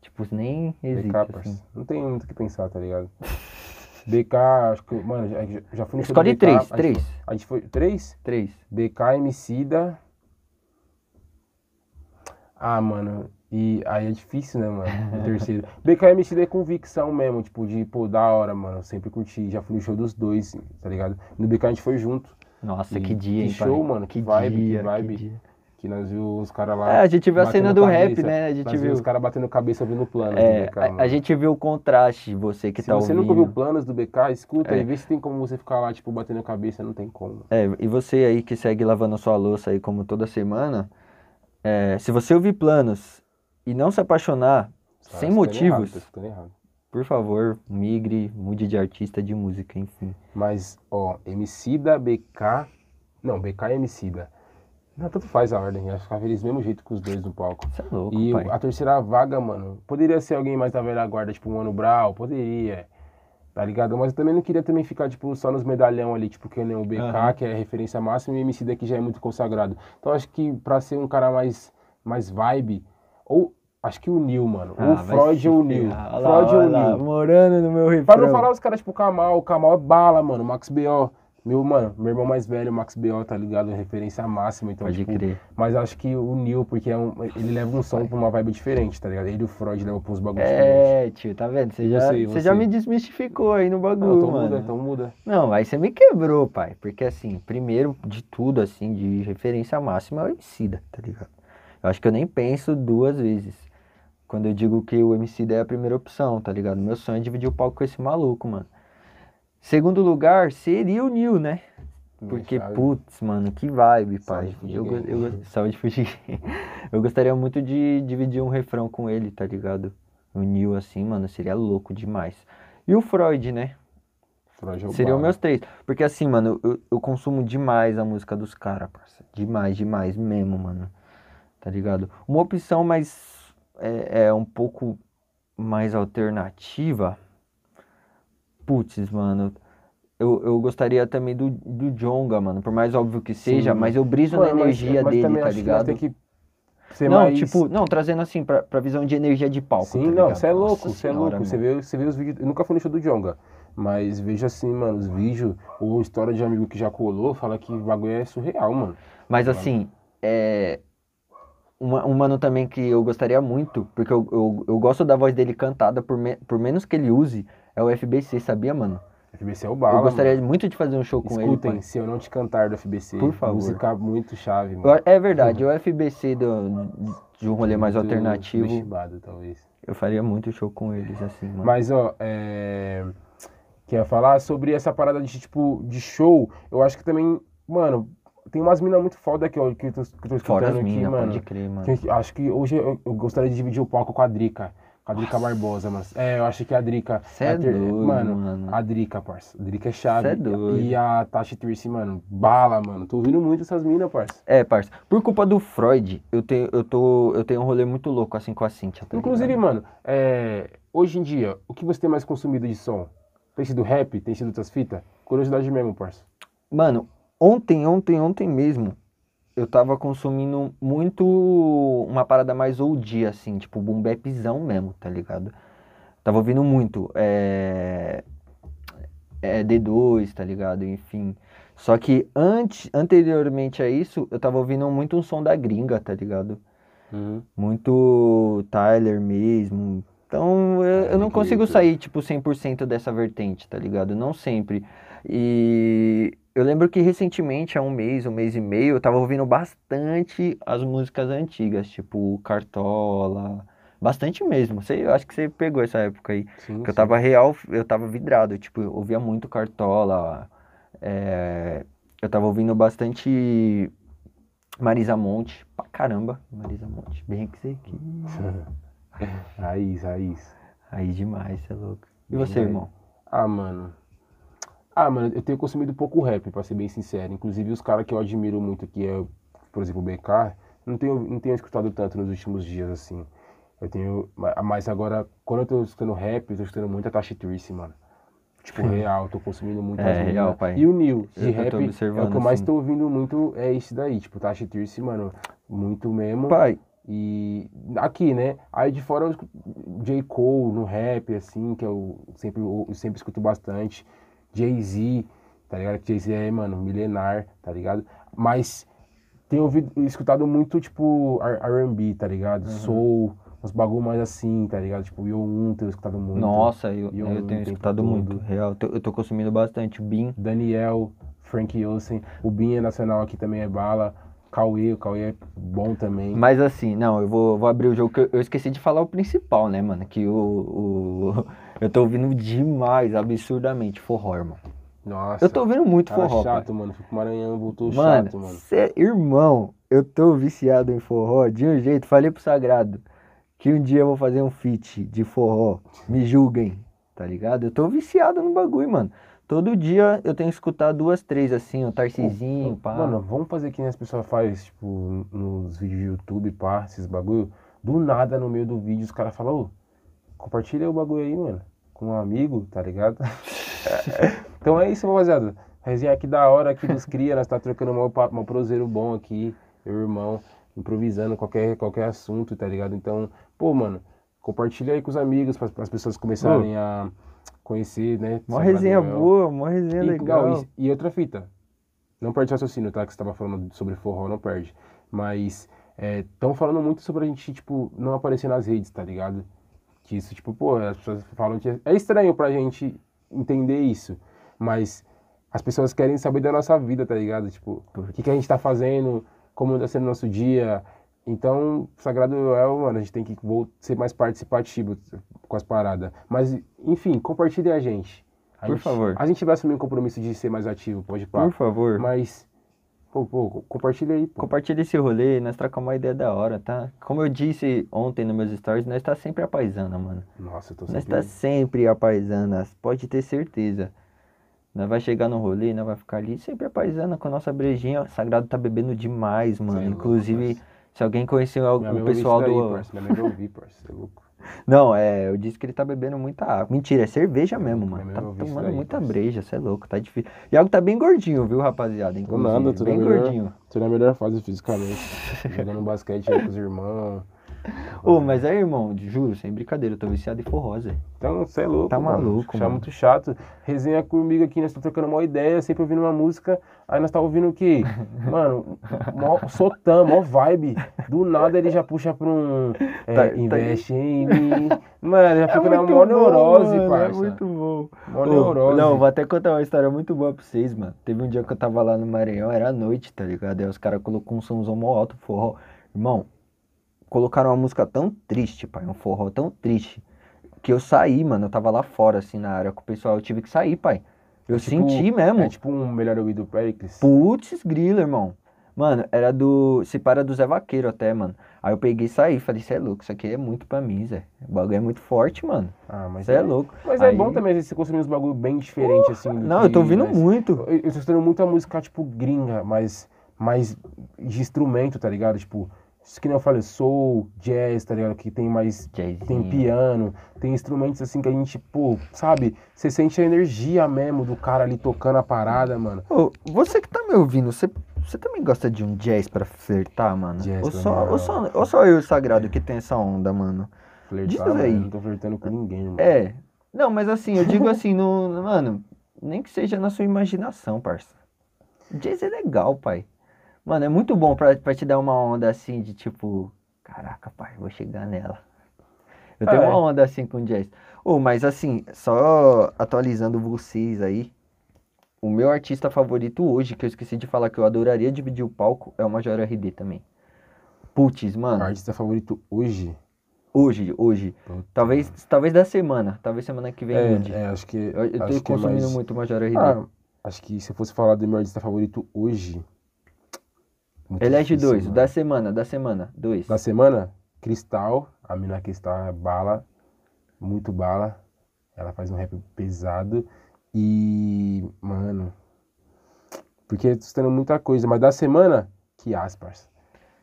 Speaker 1: Tipo, nem
Speaker 2: BK,
Speaker 1: hesita,
Speaker 2: parça.
Speaker 1: assim.
Speaker 2: Não tem muito o que pensar, tá ligado? BK, acho que, mano, já, já- já fui no show do
Speaker 1: Escolhe
Speaker 2: BK,
Speaker 1: três,
Speaker 2: a gente
Speaker 1: três,
Speaker 2: foi- A gente foi, três?
Speaker 1: três.
Speaker 2: BK, Emicida. Ah, mano. E aí é difícil, né, mano? O terceiro. BK e Emicida é convicção mesmo, tipo, de, pô, da hora, mano. Sempre curti. Já fui no show dos dois, tá ligado? No BK a gente foi junto.
Speaker 1: Nossa,
Speaker 2: E
Speaker 1: que dia,
Speaker 2: que
Speaker 1: hein, pai?
Speaker 2: show, mano, que vibe, que
Speaker 1: dia,
Speaker 2: vibe.
Speaker 1: dia.
Speaker 2: Que nós viu os caras lá.
Speaker 1: É, a gente viu a
Speaker 2: batendo
Speaker 1: cena do rap,
Speaker 2: cabeça.
Speaker 1: né? A gente
Speaker 2: Nós viu
Speaker 1: viu.
Speaker 2: os caras batendo cabeça vindo planos
Speaker 1: É,
Speaker 2: do BK,
Speaker 1: a- a,
Speaker 2: mano.
Speaker 1: gente viu o contraste, você que
Speaker 2: Se
Speaker 1: tá
Speaker 2: você
Speaker 1: ouvindo.
Speaker 2: nunca ouviu planos do BK, escuta
Speaker 1: É.
Speaker 2: e vê se tem como você ficar lá, tipo, batendo a cabeça, não tem como.
Speaker 1: É, e você aí que segue lavando a sua louça aí como toda semana, é, se você ouvir planos e não se apaixonar,
Speaker 2: Tá
Speaker 1: sem
Speaker 2: escutando errado,
Speaker 1: motivos,
Speaker 2: tá escutando errado.
Speaker 1: por favor, migre, mude de artista, de música, enfim.
Speaker 2: Mas, ó, Emicida, BK. Não, BK e Emicida. Não, tanto faz a ordem, ia ficar feliz do mesmo jeito com os dois no palco.
Speaker 1: Você é louco,
Speaker 2: E
Speaker 1: pai.
Speaker 2: a terceira vaga, mano, poderia ser alguém mais da velha guarda, tipo Mano Brau, poderia. Tá ligado? Mas eu também não queria também ficar, tipo, só nos medalhão ali, tipo, que nem o BK,
Speaker 1: Aham.
Speaker 2: que é a referência máxima, e o MC daqui já é muito consagrado. Então acho que pra ser um cara mais, mais vibe, ou acho que o Neil, mano.
Speaker 1: Ah,
Speaker 2: ou
Speaker 1: vai
Speaker 2: Freud
Speaker 1: se
Speaker 2: ou o
Speaker 1: ferrar.
Speaker 2: Neil.
Speaker 1: Olha lá,
Speaker 2: Freud ou
Speaker 1: olha lá,
Speaker 2: Neil.
Speaker 1: Morando no meu refrão.
Speaker 2: Pra não falar os caras tipo Kamal, o Kamal é bala, mano, Max B.O. Meu, mano, meu irmão mais velho, Max B.O., tá ligado? Referência máxima, então,
Speaker 1: Pode
Speaker 2: tipo,
Speaker 1: crer.
Speaker 2: mas acho que o Neil, porque é um, ele leva um som pra uma vibe diferente, tá ligado? Ele e o Freud levam pra uns bagulhos diferentes.
Speaker 1: É, tio, tá vendo? Você
Speaker 2: E
Speaker 1: já,
Speaker 2: você,
Speaker 1: você já
Speaker 2: você?
Speaker 1: me desmistificou aí no
Speaker 2: Não,
Speaker 1: bagulho,
Speaker 2: então
Speaker 1: mano.
Speaker 2: muda, então muda.
Speaker 1: Não, aí você me quebrou, pai. Porque assim, primeiro de tudo, assim, de referência máxima é o Emicida, tá ligado? Eu acho que eu nem penso duas vezes. Quando eu digo que o Emicida é a primeira opção, tá ligado? Meu sonho é dividir o palco com esse maluco, mano. Segundo lugar, seria o Nil, né? Porque,
Speaker 2: Sabe?
Speaker 1: putz, mano, que vibe, pai.
Speaker 2: Salve pro
Speaker 1: Eu, go-
Speaker 2: Diguinho.
Speaker 1: eu, go- salve pro Diguinho. eu gostaria muito de dividir um refrão com ele, tá ligado? O Nil, assim, mano, seria louco demais. E o Freud, né?
Speaker 2: Freud é o
Speaker 1: Seriam
Speaker 2: bala.
Speaker 1: meus três. Porque assim, mano, eu, eu consumo demais a música dos caras, parça. Demais, demais mesmo, mano. Tá ligado? Uma opção mais. É, é um pouco mais alternativa. Putz, mano. Eu, eu gostaria também do, do Jonga, mano. Por mais óbvio que seja,
Speaker 2: Sim.
Speaker 1: mas eu briso
Speaker 2: Mano,
Speaker 1: na
Speaker 2: mas-
Speaker 1: energia
Speaker 2: mas
Speaker 1: dele,
Speaker 2: também
Speaker 1: tá
Speaker 2: acho que nós
Speaker 1: ligado?
Speaker 2: tem que ser
Speaker 1: não,
Speaker 2: mais-
Speaker 1: tipo, não, trazendo assim pra, pra visão de energia de palco.
Speaker 2: Sim,
Speaker 1: tá
Speaker 2: não,
Speaker 1: ligado?
Speaker 2: você é
Speaker 1: Nossa
Speaker 2: louco, você é
Speaker 1: senhora,
Speaker 2: louco.
Speaker 1: mano.
Speaker 2: Você vê, você vê os vídeos. Eu nunca fui no show do Jonga, mas vejo assim, mano, os vídeos ou história de amigo que já colou, fala que o bagulho é surreal, mano.
Speaker 1: Mas
Speaker 2: Claro.
Speaker 1: assim, é. Uma, um mano também que eu gostaria muito, porque eu, eu, eu gosto da voz dele cantada, por, me- por menos que ele use, é o FBC, sabia, mano?
Speaker 2: FBC é o bala.
Speaker 1: eu gostaria muito de fazer um show com
Speaker 2: mano. Escutem,
Speaker 1: ele.
Speaker 2: se eu não te cantar do FBC,
Speaker 1: Por favor.
Speaker 2: música muito chave, mano.
Speaker 1: pai. Eu- É verdade, o FBC do, de um rolê mais
Speaker 2: Muito
Speaker 1: alternativo,
Speaker 2: mexibado, talvez.
Speaker 1: eu faria muito show com eles, assim, mano.
Speaker 2: Mas, ó, é... quer falar sobre essa parada de, tipo, de show, eu acho que também, mano, tem umas minas muito foda que eu, que eu tô, que eu tô escutando
Speaker 1: Fora as
Speaker 2: aqui,
Speaker 1: minas,
Speaker 2: mano.
Speaker 1: pode crer, mano.
Speaker 2: Que- que- acho que hoje eu, eu gostaria de dividir o palco com a Drica. Com a Drica Barbosa, mano. É, eu acho que a Drica.
Speaker 1: Cê é
Speaker 2: a ter-
Speaker 1: doido,
Speaker 2: mano.
Speaker 1: mano.
Speaker 2: A Drica, parça. A Drica é chave.
Speaker 1: né? Cê é doido.
Speaker 2: E a Tasha Tracy, mano, bala, mano. Tô ouvindo muito essas minas, parça.
Speaker 1: É, parça. Por culpa do Freud, eu tenho, eu tô, eu tenho um rolê muito louco, assim, com a Cintia. tá
Speaker 2: Inclusive,
Speaker 1: ligado?
Speaker 2: mano, é, hoje em dia, o que você tem mais consumido de som? Tem sido rap? Tem sido outras fitas? Curiosidade mesmo, parça.
Speaker 1: Mano, ontem, ontem, ontem mesmo, eu tava consumindo muito uma parada mais oldie, assim, tipo boom bapzão mesmo, tá ligado? Tava ouvindo muito, é... é D2, tá ligado? Enfim. Só que antes, anteriormente a isso, eu tava ouvindo muito um som da gringa, tá ligado? Uhum. Muito Tyler mesmo. Então eu, eu não
Speaker 2: Tyler,
Speaker 1: consigo
Speaker 2: Creator.
Speaker 1: sair, tipo, 100% dessa vertente, tá ligado? Não sempre. E eu lembro que recentemente, há um mês, um mês e meio, eu tava ouvindo bastante as músicas antigas, tipo Cartola. Bastante mesmo. Você, eu acho que você pegou essa época aí.
Speaker 2: Sim,
Speaker 1: Que eu
Speaker 2: sim.
Speaker 1: tava real, eu tava vidrado, tipo, eu ouvia muito Cartola, é, eu tava ouvindo bastante Marisa Monte, pra caramba, Marisa Monte, bem que sei que,
Speaker 2: Raiz, raiz.
Speaker 1: aí demais, você é louco. E
Speaker 2: Demais.
Speaker 1: você, irmão?
Speaker 2: Ah, mano. Ah, mano, eu tenho consumido pouco rap, pra ser bem sincero. Inclusive, os caras que eu admiro muito, que é, por exemplo, o BK, não tenho, não tenho escutado tanto nos últimos dias, assim. Eu tenho. ma- Mas agora, quando eu tô escutando rap, eu tô escutando muito a Tashi Tracy, mano. Tipo, real, tô consumindo muito
Speaker 1: É,
Speaker 2: as mina.
Speaker 1: real, pai.
Speaker 2: E o Neil,
Speaker 1: Eu-
Speaker 2: de
Speaker 1: eu tô
Speaker 2: rap, é o
Speaker 1: observando,
Speaker 2: que eu mais
Speaker 1: assim.
Speaker 2: tô ouvindo muito é esse daí. Tipo, Tashi Tracy, mano, muito mesmo.
Speaker 1: Pai,
Speaker 2: E aqui, né? Aí de fora eu escuto J. Cole no rap, assim, que eu sempre, eu sempre escuto bastante. Jay-Z, tá ligado? Que Jay-Z é, mano, milenar, tá ligado? Mas tenho ouvido, escutado muito, tipo, R- R&B, tá ligado?
Speaker 1: Uhum.
Speaker 2: Soul, uns bagulho mais assim, tá ligado? Tipo, Yo-Un tenho escutado muito.
Speaker 1: nossa, eu,
Speaker 2: E eu
Speaker 1: eu tenho
Speaker 2: tempo
Speaker 1: escutado
Speaker 2: todo.
Speaker 1: muito. Real, eu tô, eu tô consumindo bastante. Bin,
Speaker 2: Daniel, Frank Ocean. O Bin é nacional aqui também é bala. Cauê, o Cauê é bom também.
Speaker 1: Mas assim, não, eu vou, vou abrir o jogo que eu, eu esqueci de falar o principal, né, mano? Que o, o- Eu tô ouvindo demais, absurdamente, forró, irmão.
Speaker 2: Nossa,
Speaker 1: Eu tô ouvindo muito
Speaker 2: cara
Speaker 1: forró, pai.
Speaker 2: chato, mano. Fui pro Maranhão, voltou
Speaker 1: Mano,
Speaker 2: chato, mano.
Speaker 1: cê- é, irmão, eu tô viciado em forró de um jeito. Falei pro Sagrado que um dia eu vou fazer um feat de forró. Me julguem, tá ligado? Eu tô viciado no bagulho, mano. Todo dia eu tenho que escutar duas, três assim, o Tarcizinho, pá.
Speaker 2: Mano, vamos fazer que nem as pessoas fazem, tipo, nos vídeos do YouTube, pá, esses bagulho. Do nada, no meio do vídeo, os caras falam, ô, compartilha o bagulho aí, mano, com um amigo, tá ligado? então é isso, rapaziada. Resenha aqui da hora, aqui dos cria, nós tá trocando um papo, um proseiro bom aqui, eu e o irmão, improvisando qualquer, qualquer assunto, tá ligado? Então, pô, mano, compartilha aí com os amigos, para as pessoas começarem a conhecer, né?
Speaker 1: mó
Speaker 2: São
Speaker 1: resenha
Speaker 2: Manuel.
Speaker 1: boa, mó resenha
Speaker 2: E,
Speaker 1: legal.
Speaker 2: não, e, e outra fita. Não perde o raciocínio, tá? Que você tava falando sobre forró, não perde. Mas estão falando muito sobre a gente, tipo, não aparecer nas redes, tá ligado? Que isso, tipo, pô, as pessoas falam que é- é estranho pra gente entender isso. Mas as pessoas querem saber da nossa vida, tá ligado? Tipo, o que, que a gente tá fazendo, como tá sendo o nosso dia. Então, Sagrado é, mano, a gente tem que vol- ser mais participativo com as paradas. Mas, enfim, compartilhe a gente. A
Speaker 1: Por
Speaker 2: gente-
Speaker 1: favor.
Speaker 2: a gente vai assumir o compromisso de ser mais ativo, pode pá.
Speaker 1: Por favor,
Speaker 2: Mas, pô, pô, co- compartilha aí, pô.
Speaker 1: compartilha esse rolê, nós trocamos uma ideia da hora, tá? Como eu disse ontem nos meus stories, nós tá sempre apaisando, mano.
Speaker 2: Nossa, eu tô
Speaker 1: Nós
Speaker 2: sempre...
Speaker 1: tá sempre a paisana, pode ter certeza. Nós vai chegar no rolê, nós vai ficar ali sempre a paisana com a nossa brejinha. O Sagrado tá bebendo demais, mano.
Speaker 2: Cê é louco,
Speaker 1: Inclusive,
Speaker 2: parça.
Speaker 1: se alguém conheceu al-
Speaker 2: Minha mãe
Speaker 1: o
Speaker 2: vai ouvir
Speaker 1: pessoal
Speaker 2: isso daí,
Speaker 1: do.
Speaker 2: tá parça. Minha mãe vai ouvir, parça, você é louco.
Speaker 1: Não, é, eu disse que ele tá bebendo muita água. Mentira, é cerveja
Speaker 2: É,
Speaker 1: mesmo,
Speaker 2: minha
Speaker 1: mano.
Speaker 2: mãe
Speaker 1: Tá
Speaker 2: vai ouvir isso
Speaker 1: tomando
Speaker 2: daí,
Speaker 1: muita
Speaker 2: parça.
Speaker 1: breja, você é louco, tá difícil. Iago tá bem gordinho, viu, rapaziada?
Speaker 2: Tô
Speaker 1: Inclusive,
Speaker 2: nada, tô na
Speaker 1: bem
Speaker 2: melhor,
Speaker 1: gordinho.
Speaker 2: tô na melhor fase fisicamente. Jogando basquete aí com os irmãos. Tá
Speaker 1: Ô, mas aí, irmão, juro, sem brincadeira, eu tô viciado em forró, Zé.
Speaker 2: Então, você é louco,
Speaker 1: Tá
Speaker 2: mano.
Speaker 1: maluco,
Speaker 2: Tá
Speaker 1: mano.
Speaker 2: muito chato. Resenha comigo aqui, nós estamos trocando uma ideia, sempre ouvindo uma música. Aí nós tá ouvindo o quê? Mano, mó sotã, mó vibe. Do nada ele já puxa pra um... É,
Speaker 1: Tá- tá-
Speaker 2: investe em mim. Mano, já fica na
Speaker 1: É muito
Speaker 2: mó
Speaker 1: bom,
Speaker 2: neurose,
Speaker 1: mano,
Speaker 2: parça.
Speaker 1: É muito bom.
Speaker 2: Mó
Speaker 1: Ô,
Speaker 2: neurose.
Speaker 1: Não, vou até contar uma história muito boa pra vocês, mano. Teve um dia que eu tava lá no Maranhão, era à noite, tá ligado? Aí os caras colocou um somzão mó alto, forró. Irmão, colocaram uma música tão triste, pai, um forró tão triste, que eu saí, mano. Eu tava lá fora, assim, na área com o pessoal. Eu tive que sair, pai. Eu
Speaker 2: Tipo,
Speaker 1: senti mesmo.
Speaker 2: É tipo um melhor ouvido do Pericles.
Speaker 1: Putz, grilo, irmão. Mano, era do. Se para do Zé Vaqueiro até, mano. Aí eu peguei e saí. Falei, cê é louco, isso aqui é muito pra mim, Zé. O bagulho é muito forte, mano.
Speaker 2: Ah, mas
Speaker 1: Cê é louco.
Speaker 2: Mas é
Speaker 1: Aí-
Speaker 2: bom também às vezes, você consumir uns bagulho bem diferente, assim. do
Speaker 1: Não,
Speaker 2: que
Speaker 1: eu tô ouvindo
Speaker 2: nós-
Speaker 1: muito.
Speaker 2: Eu, eu tô escutando muita música, tipo, gringa, mas mais de instrumento, tá ligado? Tipo, isso que nem eu falei, soul, jazz, tá ligado? Que tem mais.
Speaker 1: Jayzinho.
Speaker 2: Tem piano, tem instrumentos assim que a gente, pô, sabe? Você sente a energia mesmo do cara ali tocando a parada, mano.
Speaker 1: Ô, você que tá me ouvindo, você, você também gosta de um jazz pra flertar, mano?
Speaker 2: Jazz
Speaker 1: ou,
Speaker 2: pra
Speaker 1: só,
Speaker 2: mim,
Speaker 1: ou, só, ou só eu e o Sagrado que tem essa onda, mano? Diz
Speaker 2: Flertar, "Ah, mano,
Speaker 1: aí.
Speaker 2: eu não tô flertando com ninguém, mano.
Speaker 1: É. Não, mas assim, eu digo assim, no, no- mano, nem que seja na sua imaginação, parça. Jazz é legal, pai. Mano, é muito bom pra, pra te dar uma onda assim de tipo, caraca, pai, vou chegar nela. Eu tenho
Speaker 2: É.
Speaker 1: uma onda assim com jazz. Ô, mas assim, só atualizando vocês aí, o meu artista favorito hoje, que eu esqueci de falar que eu adoraria dividir o palco, é o Major RD também. Putz, mano.
Speaker 2: Artista favorito hoje?
Speaker 1: Hoje, hoje.
Speaker 2: Puta.
Speaker 1: Talvez, talvez da semana. Talvez semana que vem mude.
Speaker 2: É, é, acho que.
Speaker 1: Eu, eu
Speaker 2: acho
Speaker 1: tô
Speaker 2: que é
Speaker 1: consumindo
Speaker 2: mais-
Speaker 1: muito Major RD.
Speaker 2: Ah, acho que se eu fosse falar do meu artista favorito hoje. muito
Speaker 1: Elege
Speaker 2: difícil,
Speaker 1: é dois,
Speaker 2: mano.
Speaker 1: da semana, da semana, dois.
Speaker 2: Da semana, Cristal, a mina Cristal é bala, muito bala. Ela faz um rap pesado e, mano, porque eu tô escutando muita coisa, mas da semana, que aspas.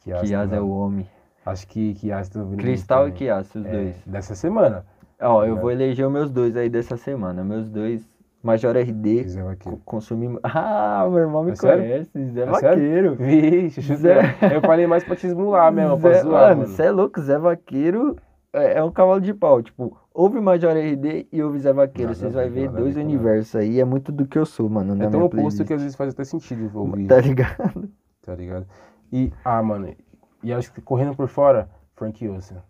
Speaker 1: que Yas é o homem.
Speaker 2: Acho que, que ácido virilino
Speaker 1: Cristal e
Speaker 2: também.
Speaker 1: Kiasse, os
Speaker 2: É,
Speaker 1: dois.
Speaker 2: Dessa semana.
Speaker 1: Ó, eu
Speaker 2: Obrigado.
Speaker 1: vou eleger os meus dois aí dessa semana. Meus dois, Major RD,
Speaker 2: Zé Vaqueiro.
Speaker 1: co- consumimos. Ah, meu irmão me
Speaker 2: É sério?
Speaker 1: conhece, Zé
Speaker 2: É
Speaker 1: Vaqueiro.
Speaker 2: Vixe,
Speaker 1: Zé-
Speaker 2: chutei. Eu falei mais pra te esmular Ah, mesmo, pra
Speaker 1: Zé,
Speaker 2: zoar,
Speaker 1: mano,
Speaker 2: mano.
Speaker 1: você é louco, Zé Vaqueiro é, é um cavalo de pau. Tipo, ouve Major RD e ouve Zé Vaqueiro.
Speaker 2: Nada
Speaker 1: Vocês
Speaker 2: a ver,
Speaker 1: vão ver
Speaker 2: nada a
Speaker 1: dois
Speaker 2: ver com
Speaker 1: universos aí. É muito do que eu sou, mano. Na
Speaker 2: É tão
Speaker 1: minha
Speaker 2: oposto
Speaker 1: playlist.
Speaker 2: que às vezes faz até sentido ouvir,
Speaker 1: Tá ligado?
Speaker 2: tá ligado? E, ah, mano, e acho que correndo por fora, Frank Ocean.
Speaker 1: Ah,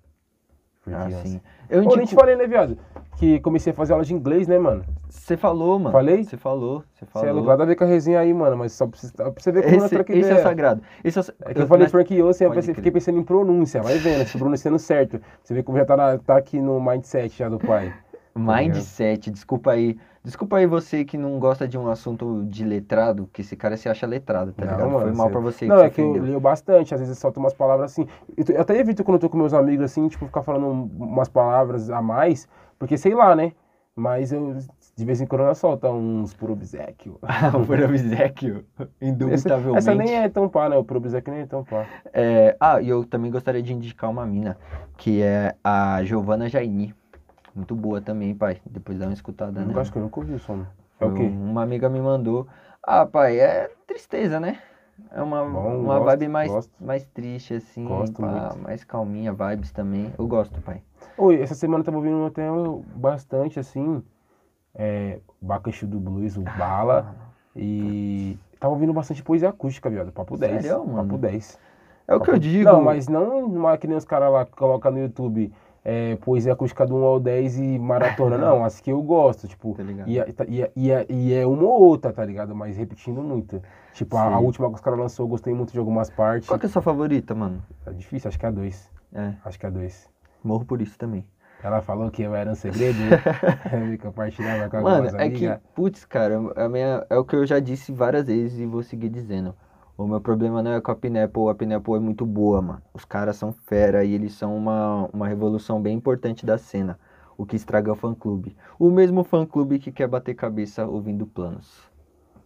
Speaker 2: Frank Ocean.
Speaker 1: sim. Eu
Speaker 2: Ô, nem te
Speaker 1: indico.
Speaker 2: falei, né, viado? Que comecei a fazer aula de inglês, né, mano?
Speaker 1: Você falou, mano.
Speaker 2: Falei?
Speaker 1: Você falou. Você
Speaker 2: Você é
Speaker 1: falou.
Speaker 2: louco, nada a ver com a resenha aí, mano, mas só pra você, pra você ver como nós
Speaker 1: esse,
Speaker 2: troca
Speaker 1: esse
Speaker 2: ideia.
Speaker 1: é sagrado. Esse é, o sa-
Speaker 2: É que eu, falei
Speaker 1: mas-
Speaker 2: Frank Ocean, eu
Speaker 1: Pode
Speaker 2: pensei-
Speaker 1: crer.
Speaker 2: fiquei pensando em pronúncia, vai vendo, se pronunciando certo. Você vê como já tá, na- tá aqui no mindset já do pai.
Speaker 1: Tá Mindset, desculpa aí. Desculpa aí você que não gosta de um assunto de letrado, que esse cara se acha letrado, tá ligado? Foi mal
Speaker 2: você-
Speaker 1: pra você
Speaker 2: Não,
Speaker 1: que
Speaker 2: é
Speaker 1: você
Speaker 2: que eu
Speaker 1: ofendeu.
Speaker 2: leio bastante, às vezes solto umas palavras assim. Eu, t- eu até evito quando eu tô com meus amigos assim, tipo, ficar falando umas palavras a mais, porque sei lá, né? Mas eu, de vez em quando, eu solto uns por obsequio.
Speaker 1: Por obsequio,
Speaker 2: Essa,
Speaker 1: indubitavelmente.
Speaker 2: essa nem é tão pá, né? O por obsequio nem é tão pá.
Speaker 1: É, Ah, e eu também gostaria de indicar uma mina, que é a Giovanna Jaini. Muito boa também, pai. Depois dá uma escutada, né?
Speaker 2: Eu acho que eu nunca ouvi o som. É o
Speaker 1: Eu-
Speaker 2: quê?
Speaker 1: Uma amiga me mandou. Ah, pai, é tristeza, né? É uma,
Speaker 2: Bom,
Speaker 1: uma
Speaker 2: gosto,
Speaker 1: vibe mais,
Speaker 2: gosto.
Speaker 1: mais triste, assim.
Speaker 2: Gosto
Speaker 1: pá,
Speaker 2: muito.
Speaker 1: mais calminha, vibes também. Eu gosto, pai.
Speaker 2: Oi, essa semana eu tava ouvindo até bastante, assim, é, Bacaxu do Blues, o Bala,
Speaker 1: Ah,
Speaker 2: e tava ouvindo bastante poesia acústica, viado, papo 10,
Speaker 1: Sério, mano?
Speaker 2: papo 10.
Speaker 1: É o que eu digo.
Speaker 2: Tá Não, mas não uma que nem os caras lá que colocam no YouTube, é, poesia acústica do 1 ao 10 e maratona, não, as que eu gosto, tipo,
Speaker 1: Tá ligado.
Speaker 2: e, é- e, é- e, é- e é uma ou outra, tá ligado, mas repetindo muito. Tipo, a, a
Speaker 1: Sim.
Speaker 2: última que os caras lançou, eu gostei muito de algumas partes,
Speaker 1: Qual que é a sua favorita, mano?
Speaker 2: é difícil, acho que é a 2,
Speaker 1: É,
Speaker 2: acho que é a 2.
Speaker 1: morro por isso também.
Speaker 2: Ela falou que eu era um segredo que eu compartilhava com
Speaker 1: Mano,
Speaker 2: algumas
Speaker 1: é que,
Speaker 2: amigas.
Speaker 1: putz, cara, a minha, é o que eu já disse várias vezes e vou seguir dizendo. O meu problema não é com a Pineapple, a Pineapple é muito boa, mano. Os caras são fera e eles são uma, uma revolução bem importante da cena. O que estraga o fã-clube. O mesmo fã-clube que quer bater cabeça ouvindo planos.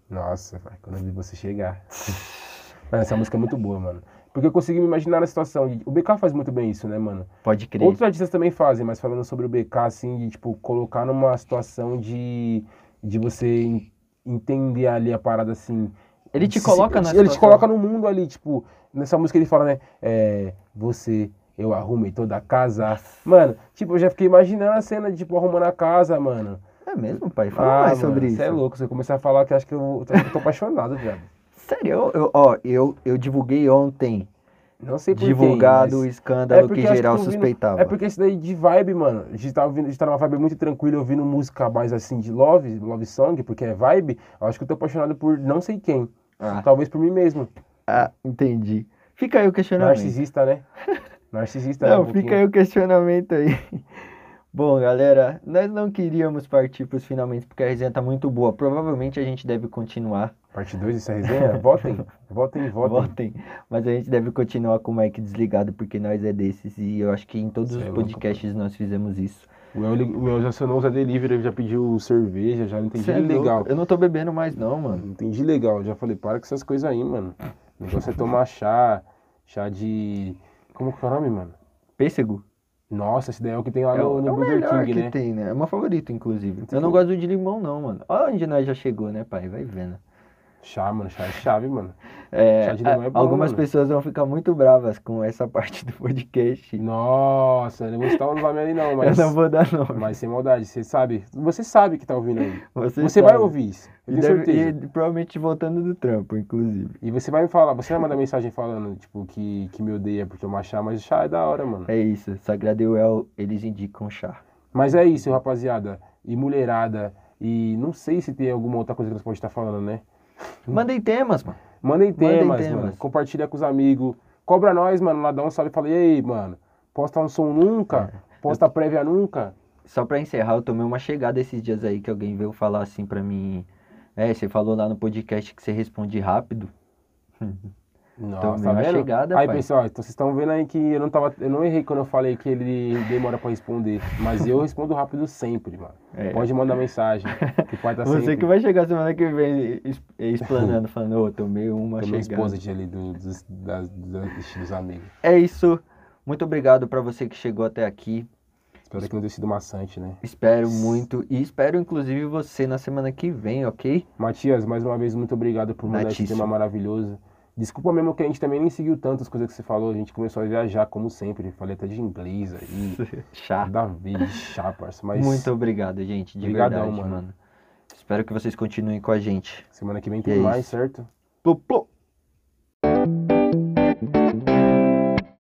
Speaker 2: Nossa, vai, quando eu vi você chegar. Mano, essa música é muito boa, mano. Porque eu consegui me imaginar na situação. de- O BK faz muito bem isso, né, mano?
Speaker 1: Pode crer.
Speaker 2: Outros artistas também fazem, mas falando sobre o BK, assim, de, tipo, colocar numa situação de, de você en- entender ali a parada, assim.
Speaker 1: Ele te
Speaker 2: Se-
Speaker 1: coloca na
Speaker 2: Ele te
Speaker 1: situação.
Speaker 2: coloca no mundo ali, tipo, nessa música ele fala, né? É, você, eu arrumei toda a casa. Mano, tipo, eu já fiquei imaginando a cena de, tipo, arrumando a casa, mano.
Speaker 1: É mesmo, pai? Fala mais
Speaker 2: mano,
Speaker 1: sobre
Speaker 2: cê
Speaker 1: isso.
Speaker 2: é louco, se eu começar a falar que acho que eu tô, eu tô apaixonado, velho.
Speaker 1: Sério, eu, eu- ó, eu, eu divulguei ontem,
Speaker 2: Não sei por
Speaker 1: divulgado o
Speaker 2: quem, mas- é
Speaker 1: escândalo
Speaker 2: porque
Speaker 1: que
Speaker 2: acho
Speaker 1: geral
Speaker 2: tô ouvindo-
Speaker 1: suspeitava.
Speaker 2: É porque isso daí de vibe, mano. A gente tá, ouvindo, a gente tá numa vibe muito tranquila, ouvindo música mais assim de love, love song, porque é vibe. Eu acho que eu tô apaixonado por não sei quem.
Speaker 1: Ah.
Speaker 2: Talvez por mim mesmo.
Speaker 1: Ah, entendi. Fica aí o questionamento.
Speaker 2: Narcisista, né? Narcisista, né? um
Speaker 1: Não,
Speaker 2: pouquinho.
Speaker 1: fica aí o questionamento aí. Bom, galera, nós não queríamos partir para os finalmente porque a resenha tá muito boa. Provavelmente a gente deve continuar.
Speaker 2: Parte 2 dessa resenha? Votem, votem, votem.
Speaker 1: Votem. Mas a gente deve continuar com o mic desligado porque nós é desses e eu acho que em todos
Speaker 2: Cê é
Speaker 1: os
Speaker 2: louco,
Speaker 1: podcasts nós fizemos isso.
Speaker 2: O El, o El já acionou o Zé Delivery, ele já pediu cerveja, já não entendi
Speaker 1: Cê é
Speaker 2: legal.
Speaker 1: louco. Eu não tô bebendo mais não, mano.
Speaker 2: Não entendi legal. Eu já falei, para com essas coisas aí, mano. O negócio é tomar chá, chá de. Como que é o nome, mano?
Speaker 1: Pêssego?
Speaker 2: Nossa, esse daí é o que tem lá
Speaker 1: é
Speaker 2: no,
Speaker 1: o,
Speaker 2: no
Speaker 1: é o
Speaker 2: Burger
Speaker 1: melhor
Speaker 2: King,
Speaker 1: que
Speaker 2: né?
Speaker 1: tem, né? É o meu favorito, inclusive.
Speaker 2: Muito
Speaker 1: Eu não
Speaker 2: bom.
Speaker 1: gosto do de limão não, mano. Olha onde nós já chegou, né, pai? Vai vendo.
Speaker 2: Chá, mano, chá é chave, mano.
Speaker 1: É,
Speaker 2: Chá de limão é bom,
Speaker 1: algumas
Speaker 2: mano.
Speaker 1: pessoas vão ficar muito bravas com essa parte do podcast.
Speaker 2: Nossa, eu não vou citar o nome aí não, mas.
Speaker 1: Eu não vou dar nome.
Speaker 2: Mas sem maldade, você sabe. Você sabe que tá ouvindo aí.
Speaker 1: Você,
Speaker 2: Você
Speaker 1: sabe.
Speaker 2: vai ouvir isso. Eu
Speaker 1: E,
Speaker 2: tenho
Speaker 1: deve-
Speaker 2: certeza.
Speaker 1: e provavelmente voltando do trampo, inclusive.
Speaker 2: E você vai me falar, você vai mandar mensagem falando, tipo, que, que me odeia por tomar chá, mas o chá é da hora, mano.
Speaker 1: É isso. Sagrado e El, eles indicam chá.
Speaker 2: Mas é isso, rapaziada. E mulherada. E não sei se tem alguma outra coisa que nós pode estar falando, né?
Speaker 1: Mandem temas, mano.
Speaker 2: Mandem temas,
Speaker 1: temas.
Speaker 2: mano. Compartilha com os amigos. Cobra nós, mano. Lá dá um salve e fala, e aí, mano? Posta um som nunca?
Speaker 1: É.
Speaker 2: Posta prévia nunca?
Speaker 1: Só pra encerrar, eu tomei uma chegada esses dias aí que alguém veio falar assim pra mim. É, você falou lá no podcast que você responde rápido.
Speaker 2: Nossa,
Speaker 1: Tomei é uma
Speaker 2: tá vendo?
Speaker 1: chegada,
Speaker 2: aí,
Speaker 1: pai.
Speaker 2: pessoal, então vocês estão vendo aí que eu não, tava, eu não errei quando eu falei que ele demora pra responder. Mas eu respondo rápido sempre, mano.
Speaker 1: É.
Speaker 2: Pode mandar mensagem. Que o pai tá
Speaker 1: Você
Speaker 2: sempre...
Speaker 1: que vai chegar semana que vem es- explanando, falando, ô, tomei uma
Speaker 2: Pelo
Speaker 1: chegada.
Speaker 2: exposit ali do, dos, das, das- dos amigos.
Speaker 1: É isso. Muito obrigado para você que chegou até aqui.
Speaker 2: Espero que não tenha sido maçante, né?
Speaker 1: Espero muito. E espero, inclusive, você na semana que vem, ok?
Speaker 2: Matias, mais uma vez, muito obrigado por mandar esse
Speaker 1: Natíssimo.
Speaker 2: tema maravilhoso. Desculpa mesmo que a gente também nem seguiu tantas coisas que você falou. A gente começou a viajar, como sempre. Falei até de inglês aí.
Speaker 1: Chá.
Speaker 2: Davi, de chá, parça. Mas
Speaker 1: Muito obrigado, gente. De
Speaker 2: Obrigadão,
Speaker 1: verdade,
Speaker 2: mano.
Speaker 1: mano. Espero que vocês continuem com a gente.
Speaker 2: semana que vem
Speaker 1: E
Speaker 2: tem
Speaker 1: é
Speaker 2: mais,
Speaker 1: isso.
Speaker 2: certo?
Speaker 1: Plu, plu.